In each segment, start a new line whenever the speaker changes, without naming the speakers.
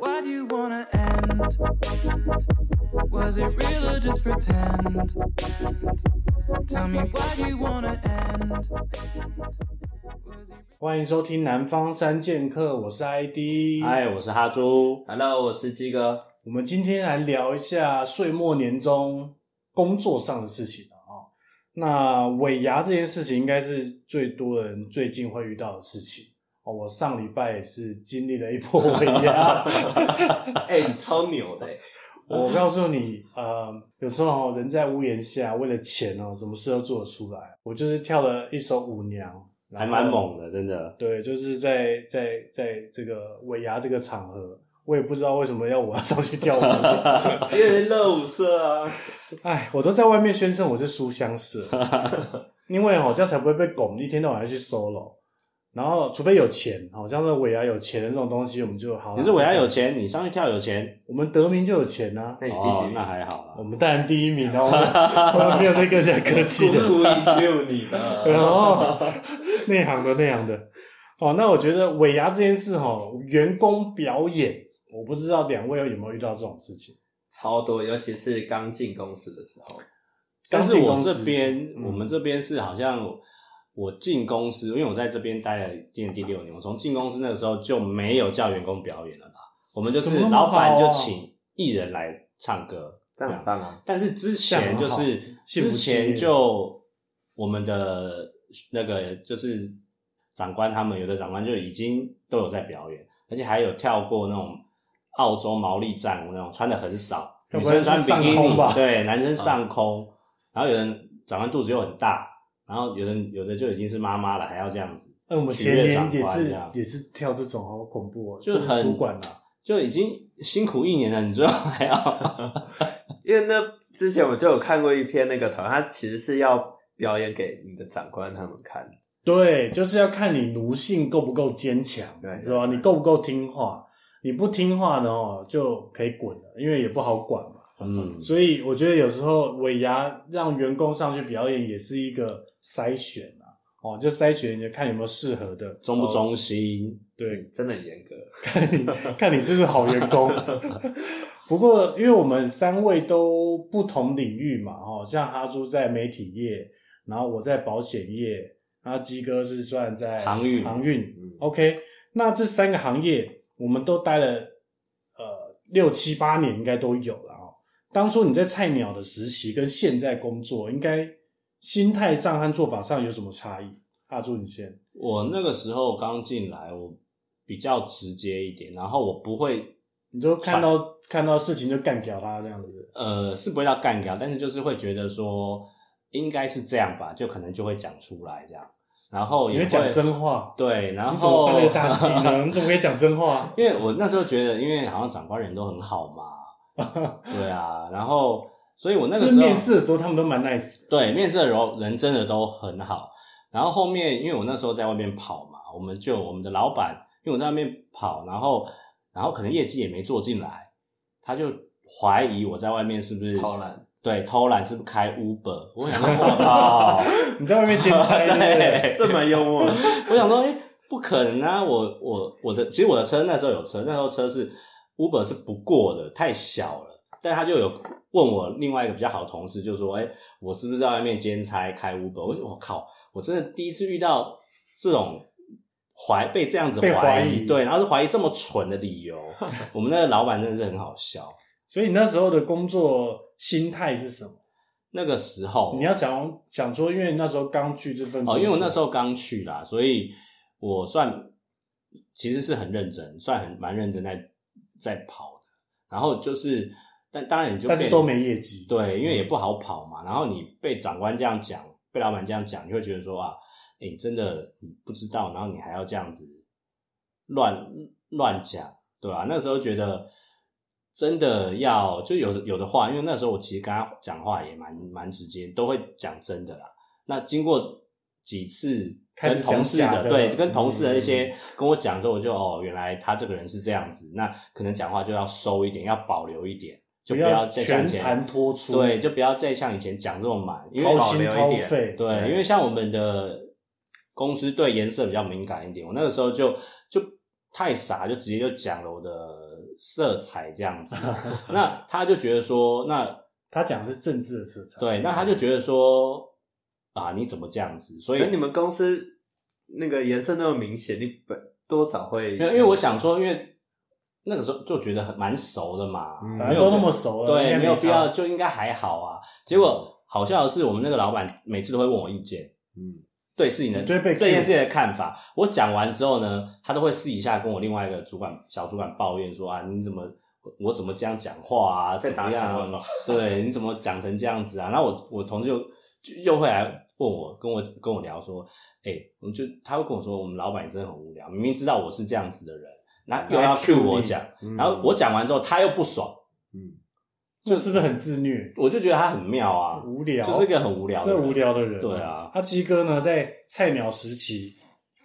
how'd you wanna end? Was it real or just pretend? Tell me why do you wanna end? Was it
欢迎收听《南方三剑客》，我是 ID。
嗨，我是哈猪。
Hello，我是 鸡哥。
我们今天来聊一下岁末年终工作上的事情啊、哦。那尾牙这件事情，应该是最多人最近会遇到的事情哦。我上礼拜也是经历了一波尾 牙，
哎、你超牛的、欸，
我告诉你，呃，有时候哦人在屋檐下，为了钱哦，什么事都做得出来。我就是跳了一首舞娘，
还蛮猛的，真的。
对，就是在在在这个尾牙这个场合，我也不知道为什么要我要上去跳舞。
因为热舞 社啊，
哎，我都在外面宣称我是书香社，因为哦，这样才不会被拱，一天到晚要去 solo。然后，除非有钱，好像是尾牙有钱的这种东西，我们就好。
你是尾牙有，钱，你上去跳有钱，
我们得名就有钱啊。
那你第几
哦，
名？
那还好
我
啦。
们当然第一名哦，我们没有在跟人家客气的。
故意 Q 你
然
的，
后 内行的内行的。哦，那我觉得尾牙这件事哦，员工表演，我不知道两位有没有遇到这种事情。
超多，尤其是刚进公司的时候，
但是
刚进
我
公司
这边，
嗯
我们这边是好像我进公司，因为我在这边待了今年第六年，我从进公司那个时候就没有叫员工表演了啦。我们就
怎么
是
那么
老板就
好啊
请艺人来唱歌，
这样很棒啊！
但是之前就
这样很
是
好幸福
之
企业
前就我们的那个就是长官他们有的长官就已经都有在表演，而且还有跳过那种澳洲毛利战舞那种，穿的很少，
要
女
不然
生
是
穿比基
上空
尼
吧，
对，男
嗯
生上空，然后有人长官肚子又很大，然后有人有的就已经是妈妈了，还要这样子，
那嗯我们
取
前
悦
年
长
也
官
是
这样
也是跳这种，好恐怖哦，
就是很
主管啦、
就已经辛苦一年了，你最后还要
因为那之前我就有看过一篇那个团，他其实是要表演给你的长官他们看，
对，就是要看你奴性够不够坚强，
啊
对
是吧？
对
你够不够听话？你不听话的哦，就可以滚了，因为也不好管嘛。
嗯，
所以我觉得有时候尾牙让员工上去表演也是一个筛选啊，哦，就筛选你看有没有适合的，哦
忠不嗯忠心，
对，
真的很严格。
看你看你是不是好员工。 不过，因为我们三位都不同领域嘛，哦，像哈猪在媒体业，然后我在保险业，然后鸡哥是算在
航运
航运
嗯。
OK，那这三个行业我们都待了呃六七八年，应该都有了哦。当初你在菜鸟的实习跟现在工作，应该心态上和做法上有什么差异？阿朱，你先。
我那个时候刚进来，我比较直接一点，然后我不会，
你就看到看到事情就干掉他这样子。
呃，是不会到干掉，但是就是会觉得说应该是这样吧，就可能就会讲出来这样，然后
你
也
会
会
讲真话，
对，然
你怎么
后
犯那个大忌呢？你怎么可以讲真话？
因为我那时候觉得，因为好像长官人都很好 嘛，对啊，然后所以我 那
是不
个时
是
候
面试的时候他们都蛮 nice 的。
对，面试的人人真的都很好。然后后面，因为我那时候在外面跑嘛，我们就我们的老板，因为我在外面跑，然后然后可能业绩也没做进来，他就怀疑我在外面是不是
偷懒，
对，偷懒是不是开 Uber？我想说，我靠，
你在外面兼 差，对不对？
对
这蛮幽默的。
我想说，哎、不可能啊！我我我的，其实我的车那时候有车，那时候车是 Uber 是不过的，太小了。但他就有问我另外一个比较好的同事，就说：“哎、我是不是在外面兼差开 Uber？” 我就我靠，我真的第一次遇到这种怀被这样子
被怀
怀
疑
对，然后是怀疑这么蠢的理 由。我们那个老板真的是很好笑。
所以你那时候的工作心态是什么？
那个时候
你要想想说，因为你那时候刚去这份工作
哦，因为我那时候刚去啦，所以我算其实是很认真，算很蛮认真在在跑的。然后就是，但当然你就
但是
被
都没业绩，
对，因为也不好跑嘛。然后你被长官这样讲，被老板这样讲，你会觉得说啊，哎、你真的你不知道，然后你还要这样子乱乱讲，对吧、那时候觉得真的要就有的有的话，因为那时候我其实跟他讲话也蛮蛮直接，都会讲真的啦。那经过几次
开
跟
始讲
同事
假的
的对
了
跟同事的一些
嗯
跟我讲之后，我就哦，原来他这个人是这样子，那可能讲话就要收一点，要保留一点，就
不
不
要
再像
全
以前
盘托出，
对，就不要再像以前讲这么满，因为
掏
保
心
留一
掏
点哎
肺。
对，因为像我们的公司对颜色比较敏感一点，我那个时候就就太傻，就直接就讲了我的色彩这样 子。那他就觉得说，那
他讲的是政治的色彩，
对，那他就觉得说啊，你怎么这样子？所以
可你们公司那个颜色那么明显，你本多少会
没有，因为我想说，因为那个时候就觉得很蛮熟的嘛，
嗯
反
没
正
有
都那么熟了，应
对，
该
没有
差
必要，就应该还好啊。结果好笑的是，我们那个老板每次都会问我意见，
嗯
对事情的
你就会被
这件
cue
事情的看法。我讲完之后呢，他都会私底下跟我另外一个主管小主管抱怨说啊，你怎么我我怎么这样讲话啊？怎
被
么
打
样
醒了
啊？对，你怎么讲成这样子啊？然后我我同事就就又会来问我，跟我跟我聊说，哎、我们就他会跟我说，我们老板真的很无聊，明明知道我是这样子的人，那又要 Q 我讲，
嗯
然后我讲完之后他又不爽，
嗯，
这是不是很自虐？
我就觉得他很妙啊，
无聊，
就是个很无聊的
这
人，
无聊的人。
对啊
阿基哥呢，在菜鸟时期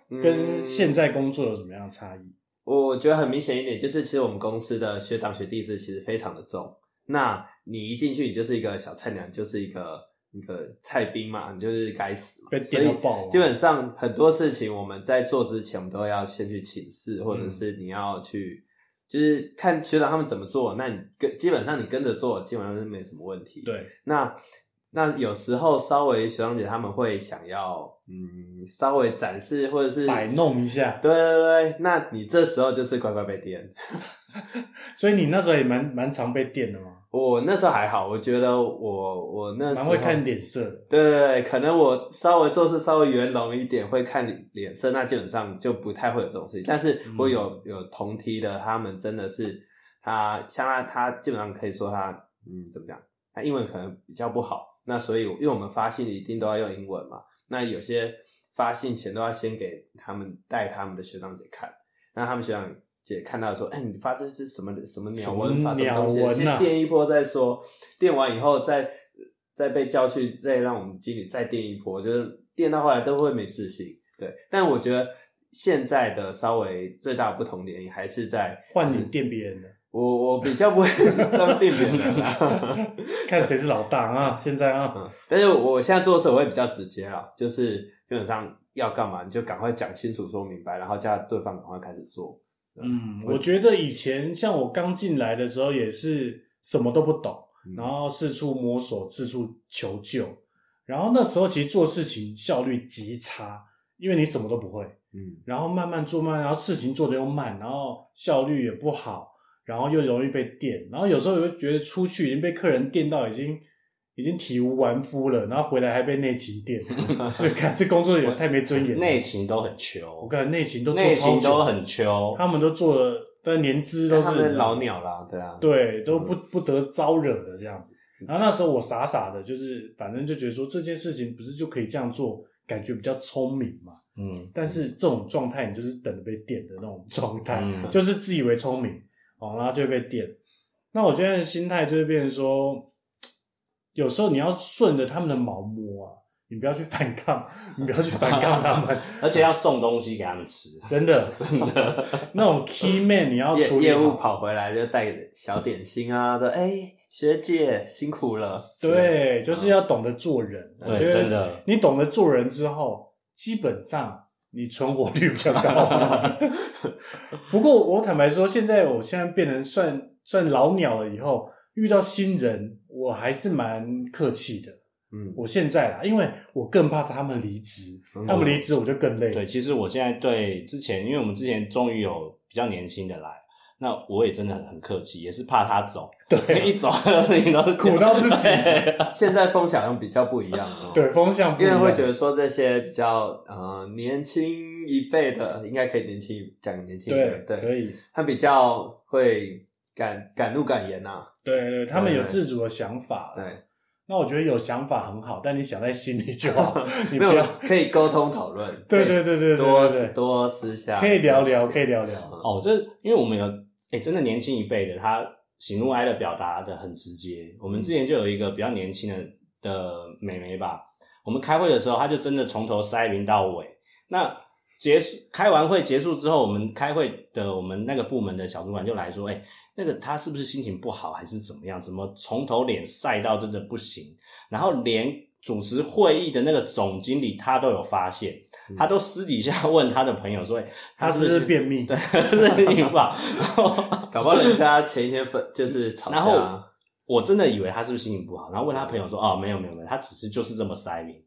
嗯
跟现在工作有什么样的差异？
我觉得很明显一点，就是其实我们公司的学长学弟制其实非常的重。那你一进去，你就是一个小菜鸟，你就是一个一个菜兵嘛，你就是该死嘛。
被
所
电
以
到爆啊，
基本上很多事情我们在做之前，我们都要先去请示，或
嗯
者是你要去，就是看学长他们怎么做。那你跟基本上你跟着做，基本上是没什么问题。
对，
那那有时候稍微学长姐他们会想要，嗯，稍微展示或者是
摆弄一下。
对对对，那你这时候就是乖乖被电。
所以你那时候也蛮蛮常被电的嘛，
我那时候还好，我觉得我我那时
蛮
候
会看。脸色的。
对对对，可能我稍微做事稍微圆融一点，会看脸色，那基本上就不太会有这种事情。但是
嗯
我有、有同梯的，他们真的是他，像他他基本上可以说他嗯怎么讲，他英文可能比较不好，那所以因为我们发信一定都要用英文嘛，那有些发信前都要先给他们带他们的学长姐看，那他们学长姐看到说，哎、你发这是什么什么鸟文法
什么
什么东西
鸟
的，
文啊
先垫一波再说，垫完以后再再被叫去，再让我们经理再垫一波，就是垫到后来都会没自信。对，但我觉得现在的稍微最大的不同点还是在
换你电别人的，
我我比较不会 当店别人啊
啊
啦，
看谁是老大啊！现在啊，
但是我现在做事我会比较直接啦，就是基本上要干嘛你就赶快讲清楚说明白，然后叫对方赶快开始做。
嗯，我觉得以前像我刚进来的时候也是什么都不懂，
嗯
然后四处摸索，四处求救，然后那时候其实做事情效率极差，因为你什么都不会，
嗯
然后慢慢做慢，然后事情做的又慢，然后效率也不好，然后又容易被电，然后有时候也会觉得出去已经被客人电到已经已经体无完肤了，然后回来还被内勤 电，对，看这工作也太没尊严了。
内勤都很秋，
我看内勤都做
内
超
勤
久
都，很秋，
他们都做了，但年资都
他
是
们老，鸟啦，对啊，
对，都不不得招惹的这样子。嗯然后那时候我傻傻的，就是反正就觉得说这件事情不是就可以这样做，感觉比较聪明嘛。
嗯，
但是这种状态，你就是等着被电的那种状态，
嗯
就是自以为聪明哦，然后就会被电。那我现在的心态就会变成说，有时候你要顺着他们的毛摸啊，你不要去反抗， 你不要去反抗他们，
而且要送东西给他们吃，
真的真的，那种 key man 你要
业
处理
业务
好
跑回来就带小点心啊，说哎、学姐辛苦了，啊
对，就是要懂得做人。我觉
对，
得
真的，
你懂得做人之后，基本上你存活率比较 高。不过我坦白说，现在我现在变成算算老鸟了以后，遇到新人，我还是蛮客气的。
嗯，
我现在啦，因为我更怕他们离职，
嗯
他们离职我就更累。
对，其实我现在对之前，因为我们之前终于有比较年轻的来，那我也真的很客气，也是怕他走，
对，
一走你都
苦到自 己
对
嗯现在风向好像比较不一样哦。
对，风向不一
因为
样
会觉得说这些比较呃年轻一辈的，应该可以年轻一讲年轻一辈
对，
的，
可以，
他比较会敢敢怒敢言呐、
对对，他们有
对
自主的想法。
对，
那我觉得有想法很好，但你想在心里就 好，你
没
不
有
要。
可以沟通讨论，
对对对对对
可以多
对对
多私下嗯
可以聊聊，可以聊聊。
哦，这因为我们有哎、真的年轻一辈的，他喜怒哀乐表达的很直接。我们之前就有一个比较年轻的的美眉吧，我们开会的时候，她就真的从头塞零到尾。那结束开完会结束之后，我们开会的我们那个部门的小主管就来说，哎、那个他是不是心情不好还是怎么样？怎么从头脸晒到真的不行？然后连主持会议的那个总经理，他都有发现，他都私底下问他的朋友说，哎他
他嗯是不是便秘？
对， 是你吧？然后
搞不好人家前一天分就是吵架
然
啊
后，我真的以为他是不是心情不好，然后问他朋友说：“哦，没有没有没有，他只是就是这么塞脸，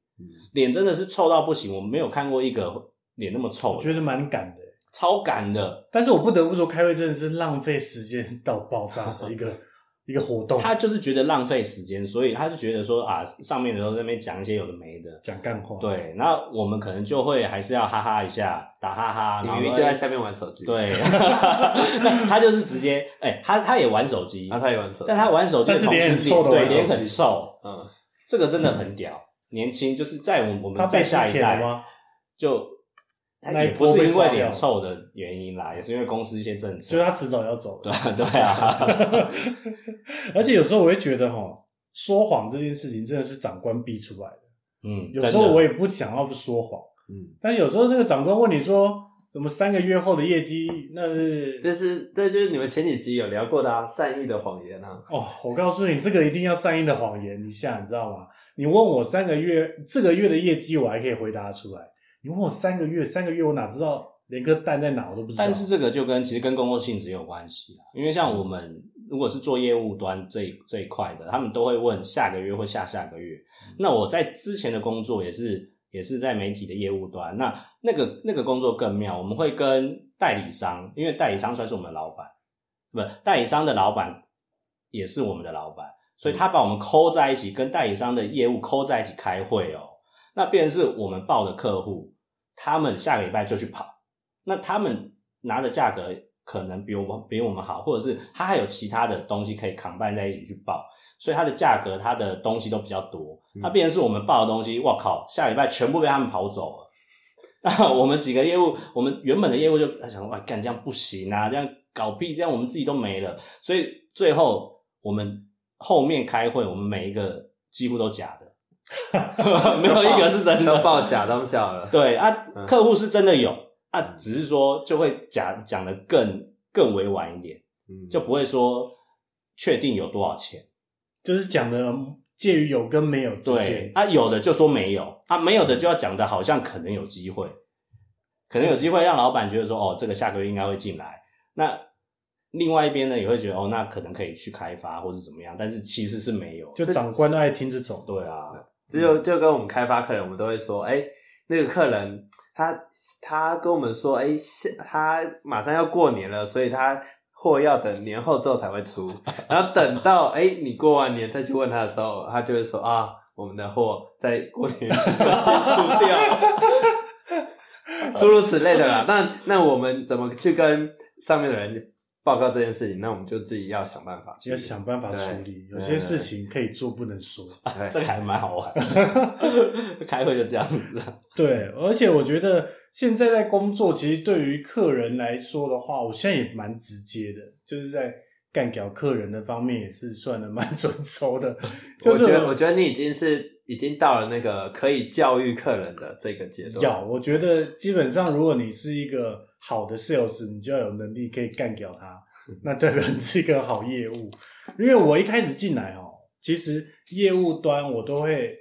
脸真的是臭到不行，我没有看过一个脸那么臭
我
的，
觉得蛮赶的。
超赶的。
但是我不得不说，开会真的是浪费时间到爆炸的一个一个活动，
他就是觉得浪费时间，所以他就觉得说啊，上面的时候在那边讲一些有的没的。”
讲干话。，
对，那我们可能就会还是要哈哈一下，打哈哈，然后
明明就在下面玩手机，，
对， 那他就是直接，哎、他他也玩手机，
然后啊他也玩手机，
但他玩手机
但
的
是
同
脸
时
很
进，
臭的
对，
玩手
脸
机
很臭，
嗯，
这个真的很屌。年轻就是在我们我
他
们
被
在
之
下一
前
代
了吗？
就
那一
也不
波
是
被
因为
刷掉
脸臭的原因啦，也是因为公司一些政策。
所以他迟早要走
对
了。
啊 对啊，
而且有时候我会觉得，哈，说谎这件事情真的是长官逼出来的。
嗯，
有时候我
也
也不想要说谎，
嗯，
但有时候那个长官问你说，怎么三个月后的业绩，那是
但是这就是你们前几集有聊过的啊，善意的谎言啊，
哦，我告诉你，这个一定要善意的谎言一下，你知道吗？你问我三个月这个月的业绩，我还可以回答出来。你问我三个月，三个月我哪知道连颗蛋在哪我都不知道。
但是这个就跟其实跟工作性质有关系啦，因为像我们如果是做业务端这一这一块的，他们都会问下个月或下下个月。
嗯
那我在之前的工作也是也是在媒体的业务端，那那个那个工作更妙，我们会跟代理商，因为代理商算是我们的老板，不，代理商的老板也是我们的老板，所以
嗯
他把我们抠在一起，跟代理商的业务抠在一起开会哦。那变成是我们报的客户，他们下个礼拜就去跑。那他们拿的价格可能比我们比我们好，或者是他还有其他的东西可以 combine 在一起去报，所以它的价格、它的东西都比较多。
嗯
那变成是我们报的东西，我靠，下礼拜全部被他们跑走了。 那我们几个业务，我们原本的业务就想说，哇，干这样不行啊，这样搞屁，这样我们自己都没了。所以最后我们后面开会，我们每一个几乎都假 的，没有一个是真的
都。报假东西好了，
对啊
嗯，
客户是真的有啊，只是说就会讲讲的更更委婉一点，
嗯，
就不会说确定有多少钱。
就是讲的介于有跟没有之
对
间。
啊，有的就说没有啊，没有的就要讲的好像可能有机会，可能有机会让老板觉得说哦，这个下个月应该会进来。那另外一边呢，也会觉得哦，那可能可以去开发或是怎么样，但是其实是没有。
就长官都爱听这种，
对啊，
这就就跟我们开发客人，我们都会说，哎、那个客人他他跟我们说，哎、下他马上要过年了，所以他货要等年后之后才会出，然后等到哎、你过完年再去问他的时候，他就会说啊，我们的货在过年前就已经出掉了。 诸如此类的啦，那那我们怎么去跟上面的人报告这件事情？那我们就自己要想办法去，
要想办法处理。有些事情可以做，不能说。
对
这个还蛮 好玩的，开会就这样子。
对，而且我觉得现在在工作，其实对于客人来说的话，我现在也蛮直接的，就是在干掉客人的方面也是算的蛮 准熟的。就是
我觉得，我觉得你已经是已经到了那个可以教育客人的这个阶段。
要，我觉得基本上，如果你是一个好的 sales，你就要有能力可以干掉他，那代表你是一个好业务。因为我一开始进来哦，其实业务端我都会，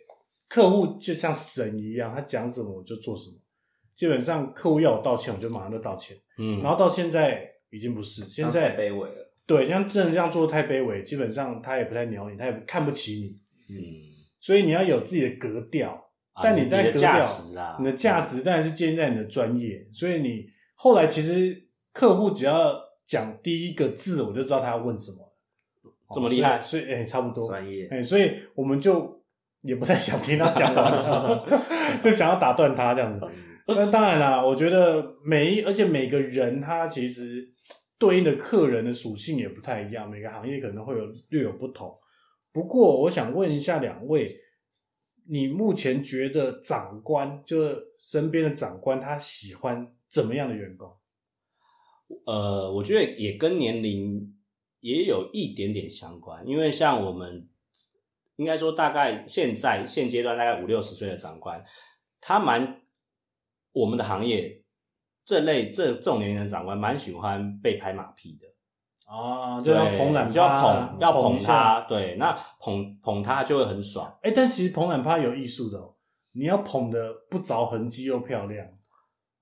客户就像神一样，他讲什么我就做什么。基本上客户要我道歉，我就马上就道歉。
嗯，
然后到现在已经不是，现在
太卑微了。
对，像真的这样做太卑微，基本上他也不太鸟你，他也看不起你，
嗯，
所以你要有自己的格调。
啊
但你
你
在
的
格
价
调
值啊，
你的价值当然是建立在你的专业，所以你后来其实客户只要讲第一个字，我就知道他要问什么了，哦
这么厉害，
所以哎、差不多，
专业
哎、所以我们就也不太想听他讲完 了，就想要打断他这样子。那当然啦，我觉得每一而且每个人他其实对应的客人的属性也不太一样，每个行业可能会有略有不同。不过我想问一下两位，你目前觉得长官就是身边的长官他喜欢怎么样的员工？
呃，我觉得也跟年龄也有一点点相关，因为像我们应该说，大概现在现阶段大概五六十岁的长官，他蛮我们的行业这类这这种年龄的长官蛮喜欢被拍马屁的。
啊，就
对
要捧
你
懒
就要
趴啊
捧，要
捧
捧
一下。
他，对，那捧捧他就会很爽。
哎、但其实捧懒趴有艺术的、哦，你要捧的不着痕迹又漂亮，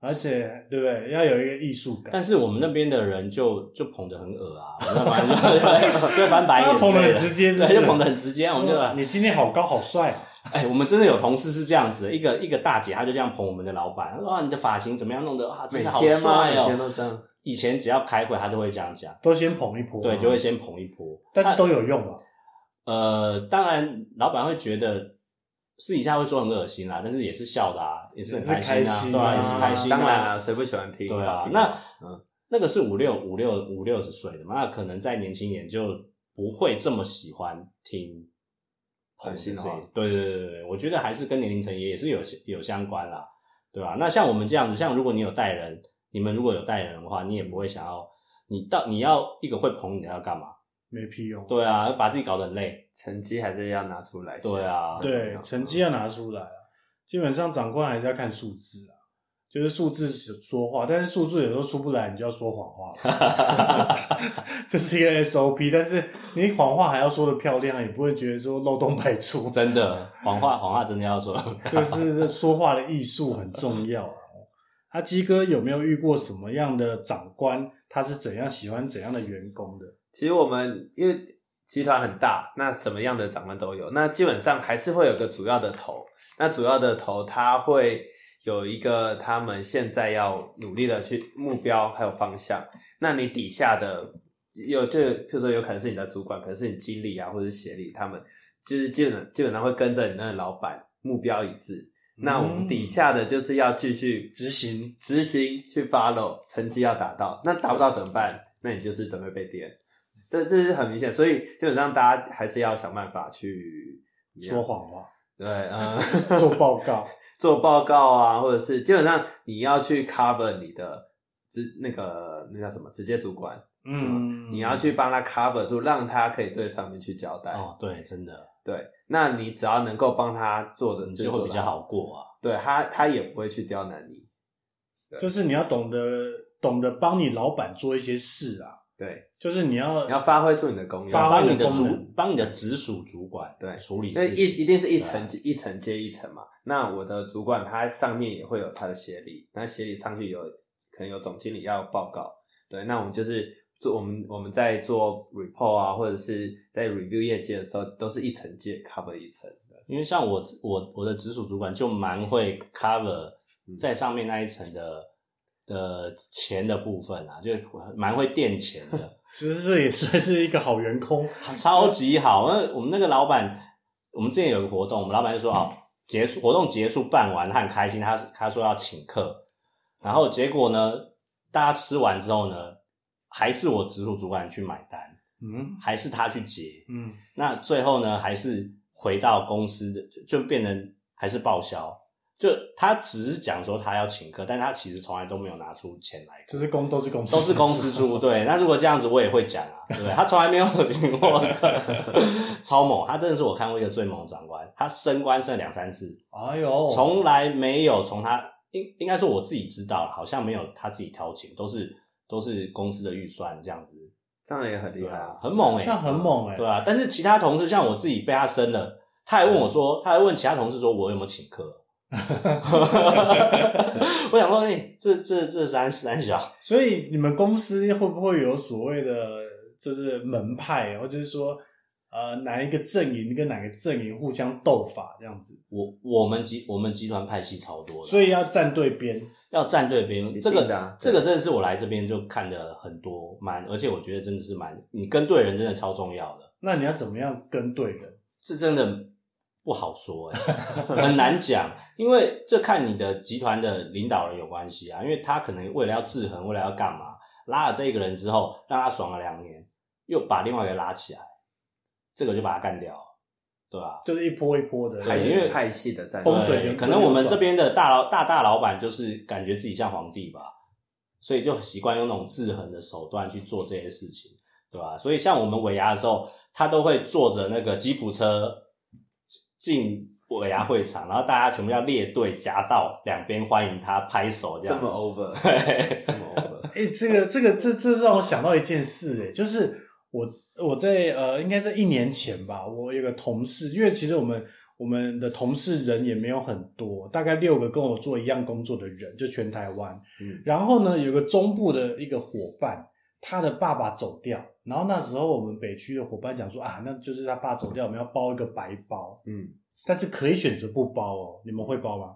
而且对不对？要有一个艺术感。
但是我们那边的人就就捧得很恶啊，你知道吗？ 就就翻白眼，
他捧得很直接是不是嗯
对就捧得很直接，我们就
哇你今天好高好帅啊，
哎，我们真的有同事是这样子，一个一个大姐，她就这样捧我们的老板，她说啊，你的发型怎么样弄得啊，真
每
的好
天
帅
吗？每天
哦。
都这样。
以前只要开会，她都会这样讲，
都先捧一波，
对，就会先捧一波。
但是
啊
都有用啊。
呃，当然老板会觉得私底下会说很恶心啦，但是也是笑的啊，也是很
也
开
是开
心
心啊
啊，对啊，也是开心啊。
当然了，谁不喜欢听？
对啊
好，听
那
嗯
那个是五六五六五六十岁的嘛，那可能在年轻一点就不会这么喜欢听
很
这
新的话
对对对对对，我觉得还是跟年龄层也是有有相关啦，对吧、那像我们这样子，像如果你有带人，你们如果有带人的话，你也不会想要你到你要一个会捧你的要干嘛？
没屁用。
对啊，把自己搞得很累。
成绩还是要拿出来写。
对啊
对，成绩要拿出来啊。基本上长官还是要看数字啊，就是数字说话，但是数字有时候出不来，你就要说谎 话。这是一个 SOP，但是你谎话还要说的漂亮，也不会觉得说漏洞百出。
真的，谎 话谎话真的要说，
就是这说话的艺术很重要啊。啊，鸡哥有没有遇过什么样的长官？他是怎样喜欢怎样的员工的？
其实我们因为集团很大，那什么样的长官都有，那基本上还是会有个主要的头。那主要的头他会有一个他们现在要努力的去目标还有方向。那你底下的有就譬如说有可能是你的主管，可能是你经理啊或者是协理，他们就是基本上基本上会跟着你那个老板目标一致。那我们底下的就是要继续
嗯执行
执行去 follow，成绩要达到。那达不到怎么办？那你就是准备被电。这这是很明显，所以基本上大家还是要想办法去
说，谎话，
对，嗯，
做报告，
做报告啊，或者是基本上你要去 cover 你的直那个那叫什么直接主管，
嗯，
你要去帮他 cover 住，让他可以对上面去交代。
哦，对，真的，
对，那你只要能够帮他做的
你嗯
就
就
做
会
得
比较好，过啊。
对他他也不会去刁难你。
就是你要懂得懂得帮你老板做一些事啊，
对，
就是你要
你要发挥出你的功用，
发挥
帮你的
功能
主，帮你的直属主管
对
处理
那
事情，
一一定是一
对啊
层接一层接一层嘛。那我的主管他上面也会有他的协理，那协理上去有可能有总经理要报告，对，那我们就是做我们我们在做 report 啊，或者是在 review 业绩的时候，都是一层接 cover 一层的。
因为像我我我的直属主管就蛮会 cover 在上面那一层的的钱的部分啊，就蛮会垫钱的，
其实这也算是一个好员工，
超级好。那我们那个老板，我们之前有个活动，我们老板就说哦，结束活动结束办完，他很开心，他他说要请客，然后结果呢，大家吃完之后呢，还是我直属主管去买单，
嗯
还是他去结，
嗯，
那最后呢，还是回到公司的，就就变成还是报销。就他只是讲说他要请客，但他其实从来都没有拿出钱来，
就是公都是公司
都是公司出。对，那如果这样子，我也会讲啊，对不对？他从来没有请过客， 超猛！他真的是我看过一个最猛的长官，他升官升了两三次，
哎呦，
从来没有从他应应该说我自己知道了，好像没有他自己挑请，都是都是公司的预算这样子
这样也很厉
对
害
啊
啊，，
很猛哎、
这样很猛欸
对啊，但是其他同事像我自己被他升了，他还问我说，他还问其他同事说我有没有请客。 我想说，哎、这这这三三小，
所以你们公司会不会有所谓的就是门派，或者是说呃哪一个阵营跟哪个阵营互相斗法这样子？
我我们集我们集团派系超多的，
所以要站对边，
要站队边
定
这个
的啊
这个真的是我来这边就看的很多，蛮而且我觉得真的是蛮，你跟对人真的超重要的。
那你要怎么样跟对人？
这真的不好说、欸，很难讲，因为这看你的集团的领导人有关系啊，因为他可能为了要制衡，为了要干嘛，拉了这一个人之后，让他爽了两年，又把另外一个拉起来，这个就把他干掉，对吧、
就是一波一波的，
对
还
因为
是派系的战
风
略
水
对
轮
可能我
流
们
转
这边的大老大大老板就是感觉自己像皇帝吧，所以就习惯用那种制衡的手段去做这些事情，对吧、所以像我们尾牙的时候，他都会坐着那个吉普车进尾牙会场，然后大家全部要列队夹道，两边欢迎他拍手这
这
样。
么 over，这 么 over，
哎、这个这个这这让我想到一件事、哎，就是我我在呃，应该是一年前吧，我有个同事，因为其实我们我们的同事人也没有很多，大概六个跟我做一样工作的人，就全台湾。
嗯
然后呢，有个中部的一个伙伴，他的爸爸走掉，然后那时候我们北区的伙伴讲说啊，那就是他爸走掉，我们要包一个白包，
嗯，
但是可以选择不包哦，你们会包吗？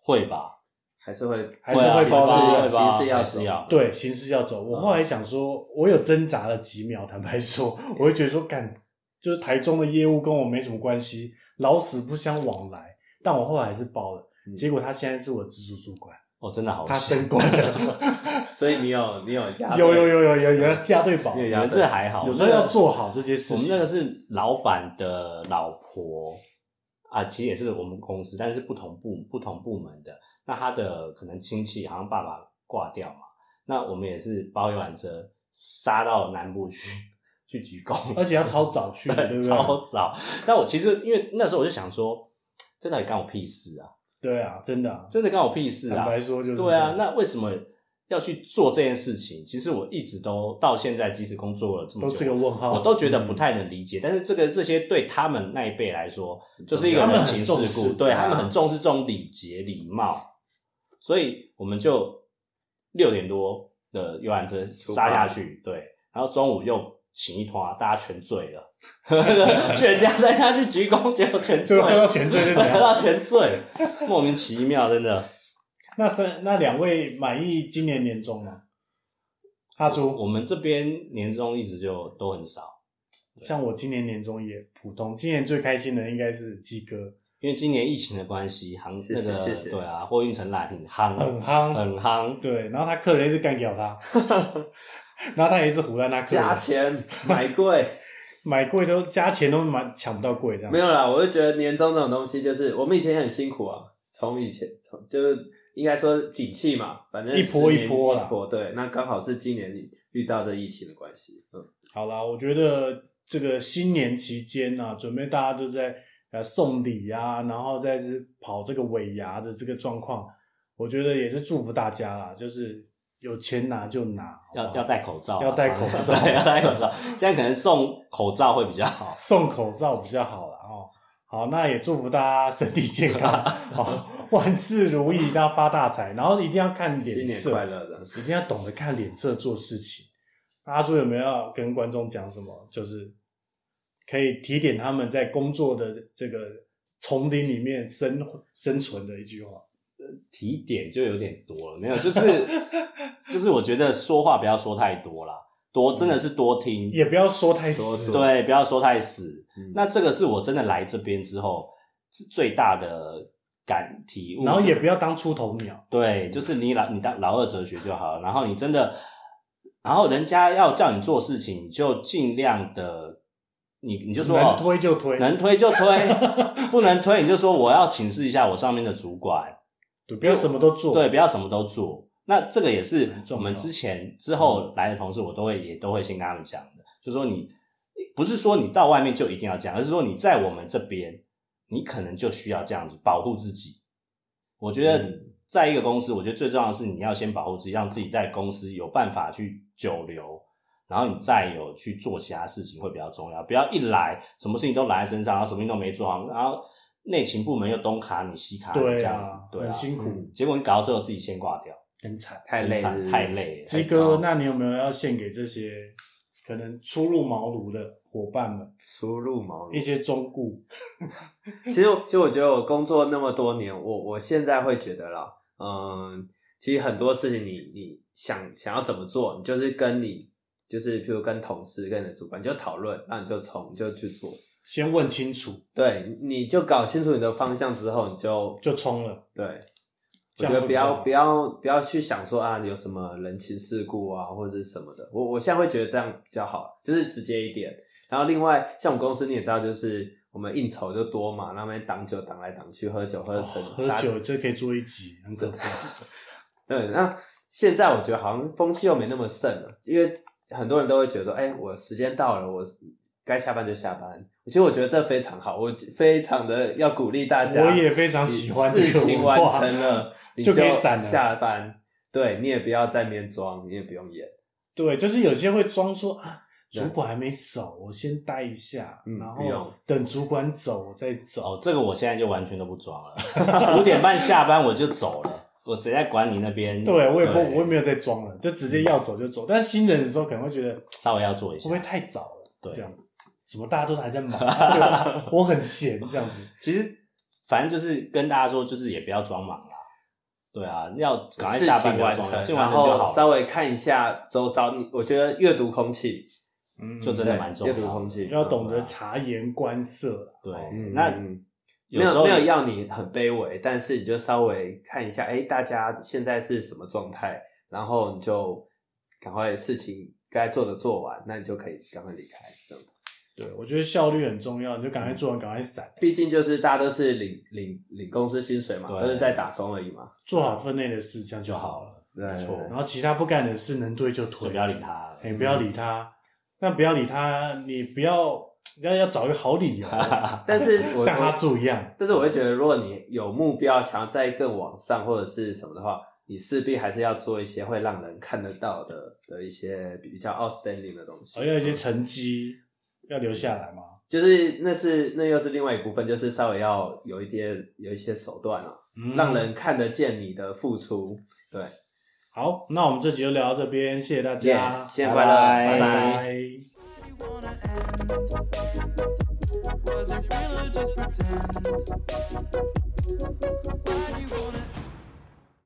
会吧？
还是会
还是会包
啊
会吧？
其实要
还是要。
对，形式要走。我后来
嗯
想说，我有挣扎了几秒，坦白说，我会觉得说，干，就是台中的业务跟我没什么关系，老死不相往来。但我后来还是包了，
嗯
结果他现在是我直属主管，
哦，真的好
他
香。
升官了，
所以你有你有压 力
有有有有有有要对保，
有
你
压
们这还好，
有时候
那个
要做好这些事
我们
情
那个是老板的老婆啊，其实也是我们公司，但是不同部不同部门的。那他的可能亲戚好像爸爸挂掉嘛，那我们也是包一碗车杀到南部去去鞠躬，
而且要超早去，对
对
不对？
超早。但我其实因为那时候我就想说，这到底干我屁事啊？
对啊，真的、啊，
真的干我屁事
坦
啊？
白说就是
对啊，
这样
那为什么要去做这件事情？其实我一直都到现在，即使工作了这么
都
久，
是个问号，
我都觉得不太能理解。但是这个这些对他们那一辈来说，就是一
嗯
个
他们
人
很
情
重
世
视
故，对
啊
他们很重视这种礼节礼貌，所以我们就六点多的游览车
出
杀下
发
去，对，然后中午又请一团，大家全醉了， 全家带他去鞠躬，结果全
嗯最
醉，
后喝到全醉 是怎
喝
样？
到全醉，莫名其妙，真的。
那三那两位满意今年年终吗？阿朱，
我们这边年终一直就都很少，
像我今年年终也普通，今年最开心的应该是鸡哥，
因为今年疫情的关系，航
谢
那
谢
个
谢谢
对啊，货运承揽很夯，
很夯，
很夯，
对，然后他客人一直干掉他， 然后他也一直胡乱他客
加
人，
钱买贵。
买贵都加钱都买抢不到贵这样，
没有啦，我就觉得年终这种东西，就是我们以前也很辛苦啊，从以前从就是应该说景气嘛，反正
一波
十年
一波啦
一波对，那刚好是今年遇到这疫情的关系，嗯，
好啦，我觉得这个新年期间呢、准备大家都在呃送礼啊，然后再是跑这个尾牙的这个状况，我觉得也是祝福大家啦，就是有钱拿就拿，好不好
要要戴口罩啊，
哦要戴口罩
对要戴口罩。现在可能送口罩会比较好。
送口罩比较好了哦。好，那也祝福大家身体健康，好，万事如意，大家发大财。然后一定要看
新
脸
年
色，
快乐的，
一定要懂得看脸色做事情。阿朱有没有要跟观众讲什么？就是可以提点他们在工作的这个丛林里面生生存的一句话。
提点就有点多了，没有，就是 就是我觉得说话不要说太多啦，多真的是多听，
嗯也不要说太死，
多
对，不要说太死。
嗯
那这个是我真的来这边之后是最大的感体悟，
然后也不要当出头鸟。
对，就是你老你当老二哲学就好了。然后你真的，然后人家要叫你做事情，你就尽量的，你你就说
能
哦
推就推，
能推就推， 不能推你就说我要请示一下我上面的主管，
对，不要什么都做。
对，，不要什么都做。那这个也是
很重
我
要
们之前之后来的同事，我都会也都会先跟他们讲的，就说你不是说你到外面就一定要这样，而是说你在我们这边，你可能就需要这样子保护自己。我觉得
嗯
在一个公司，我觉得最重要的是你要先保护自己，让自己在公司有办法去久留，然后你再有去做其他事情会比较重要。不要一来什么事情都揽在身上，然后什么事情都没做好，然后内勤部门又东卡你西卡你这
对
样子
啊，，
对啊
很，辛苦，
嗯
结果你搞到最后自己先挂掉，
很惨。
太
很
累是不
惨
是
太，累了。
鸡
太
哥，
糟
那你有没有要献给这些可能初入茅庐的伙伴们
初入茅
一
庐。
些忠固？
其实我，其实我觉得我工作那么多年，我我现在会觉得啦，嗯，其实很多事情你你想想要怎么做，你就是跟你就是譬如跟同事跟你的主管你就讨论，那你就从你就去做。
先问清楚
对，你就搞清楚你的方向之后，你就
就冲了，
对，
这
我
样
觉
会
得不
比较
要
好
不要不要去想说啊，你有什么人情世故啊，或者是什么的。我我现在会觉得这样比较好，就是直接一点。然后另外，像我们公司你也知道，就是我们应酬就多嘛，那边挡酒挡来挡去，喝酒喝
哦
成、
喝酒这可以做一集，很可怕。
对，那现在我觉得好像风气又没那么盛了，因为很多人都会觉得说，哎、我时间到了，我该下班就下班。其实我觉得这非常好，我非常的要鼓励大家。
我也非常喜欢这
事
个
情
文
完
化，
成了，你
就可以散了
下班。对你也不要在面装，你也不用演。
对，就是有些会装说啊，
对
主管还没走，我先待一下，
嗯
然
不用
后等主管走我再走。
哦，这个我现在就完全都不装了，五点半下班我就走了，我谁在管你那边？
对，我也不，
对
我也没有在装了，就直接要走就走。但是新人的时候可能会觉得会
稍微要做一下
不。会太早了？
对
这样子，怎么大家都还在 忙？对我很闲这样子。
其实反正就是跟大家说，就是也不要装忙啦。对啊，要赶快
事
下班
情
不要
完
装忙，事
成，
情
然
完成就
后
好了，
稍微看一下周遭。你我觉得阅读空气，
嗯，
就真的蛮重
阅
要
读空
的。
气
要懂得察言观色啦。啊
对
嗯，
那
嗯
有
没
时
有
候
没有要你很卑微，但是你就稍微看一下，哎、大家现在是什么状态，然后你就赶快事情该做的做完，那你就可以赶快离开。这样，
对，我觉得效率很重要，你就赶快做完，赶快散，
毕竟就是大家都是领领领公司薪水嘛，
对
都是在打工而已嘛。
做好分内的事，这样就好了。
对，
没错
然后其他不干的事，能推就推，
就不要理他了。
哎、不要理他，那不要理他，你不要要要找一个好理 由，
但是我
像哈柱一样。
但是我会觉得，如果你有目标，想要再更往上或者是什么的话，你势必还是要做一些会让人看得到的的一些比较 outstanding 的东西。
哦
嗯
而要有一些成绩要留下来嘛。
就是那是那又是另外一部分，就是稍微要有一点有一些手段啊，
嗯
嗯
让人看得见你的付出。对，
好，那我们这集就聊到这边，谢谢大家
Yeah，新年快乐，
拜
拜拜
拜
you wanna end? Was it real or just pretend?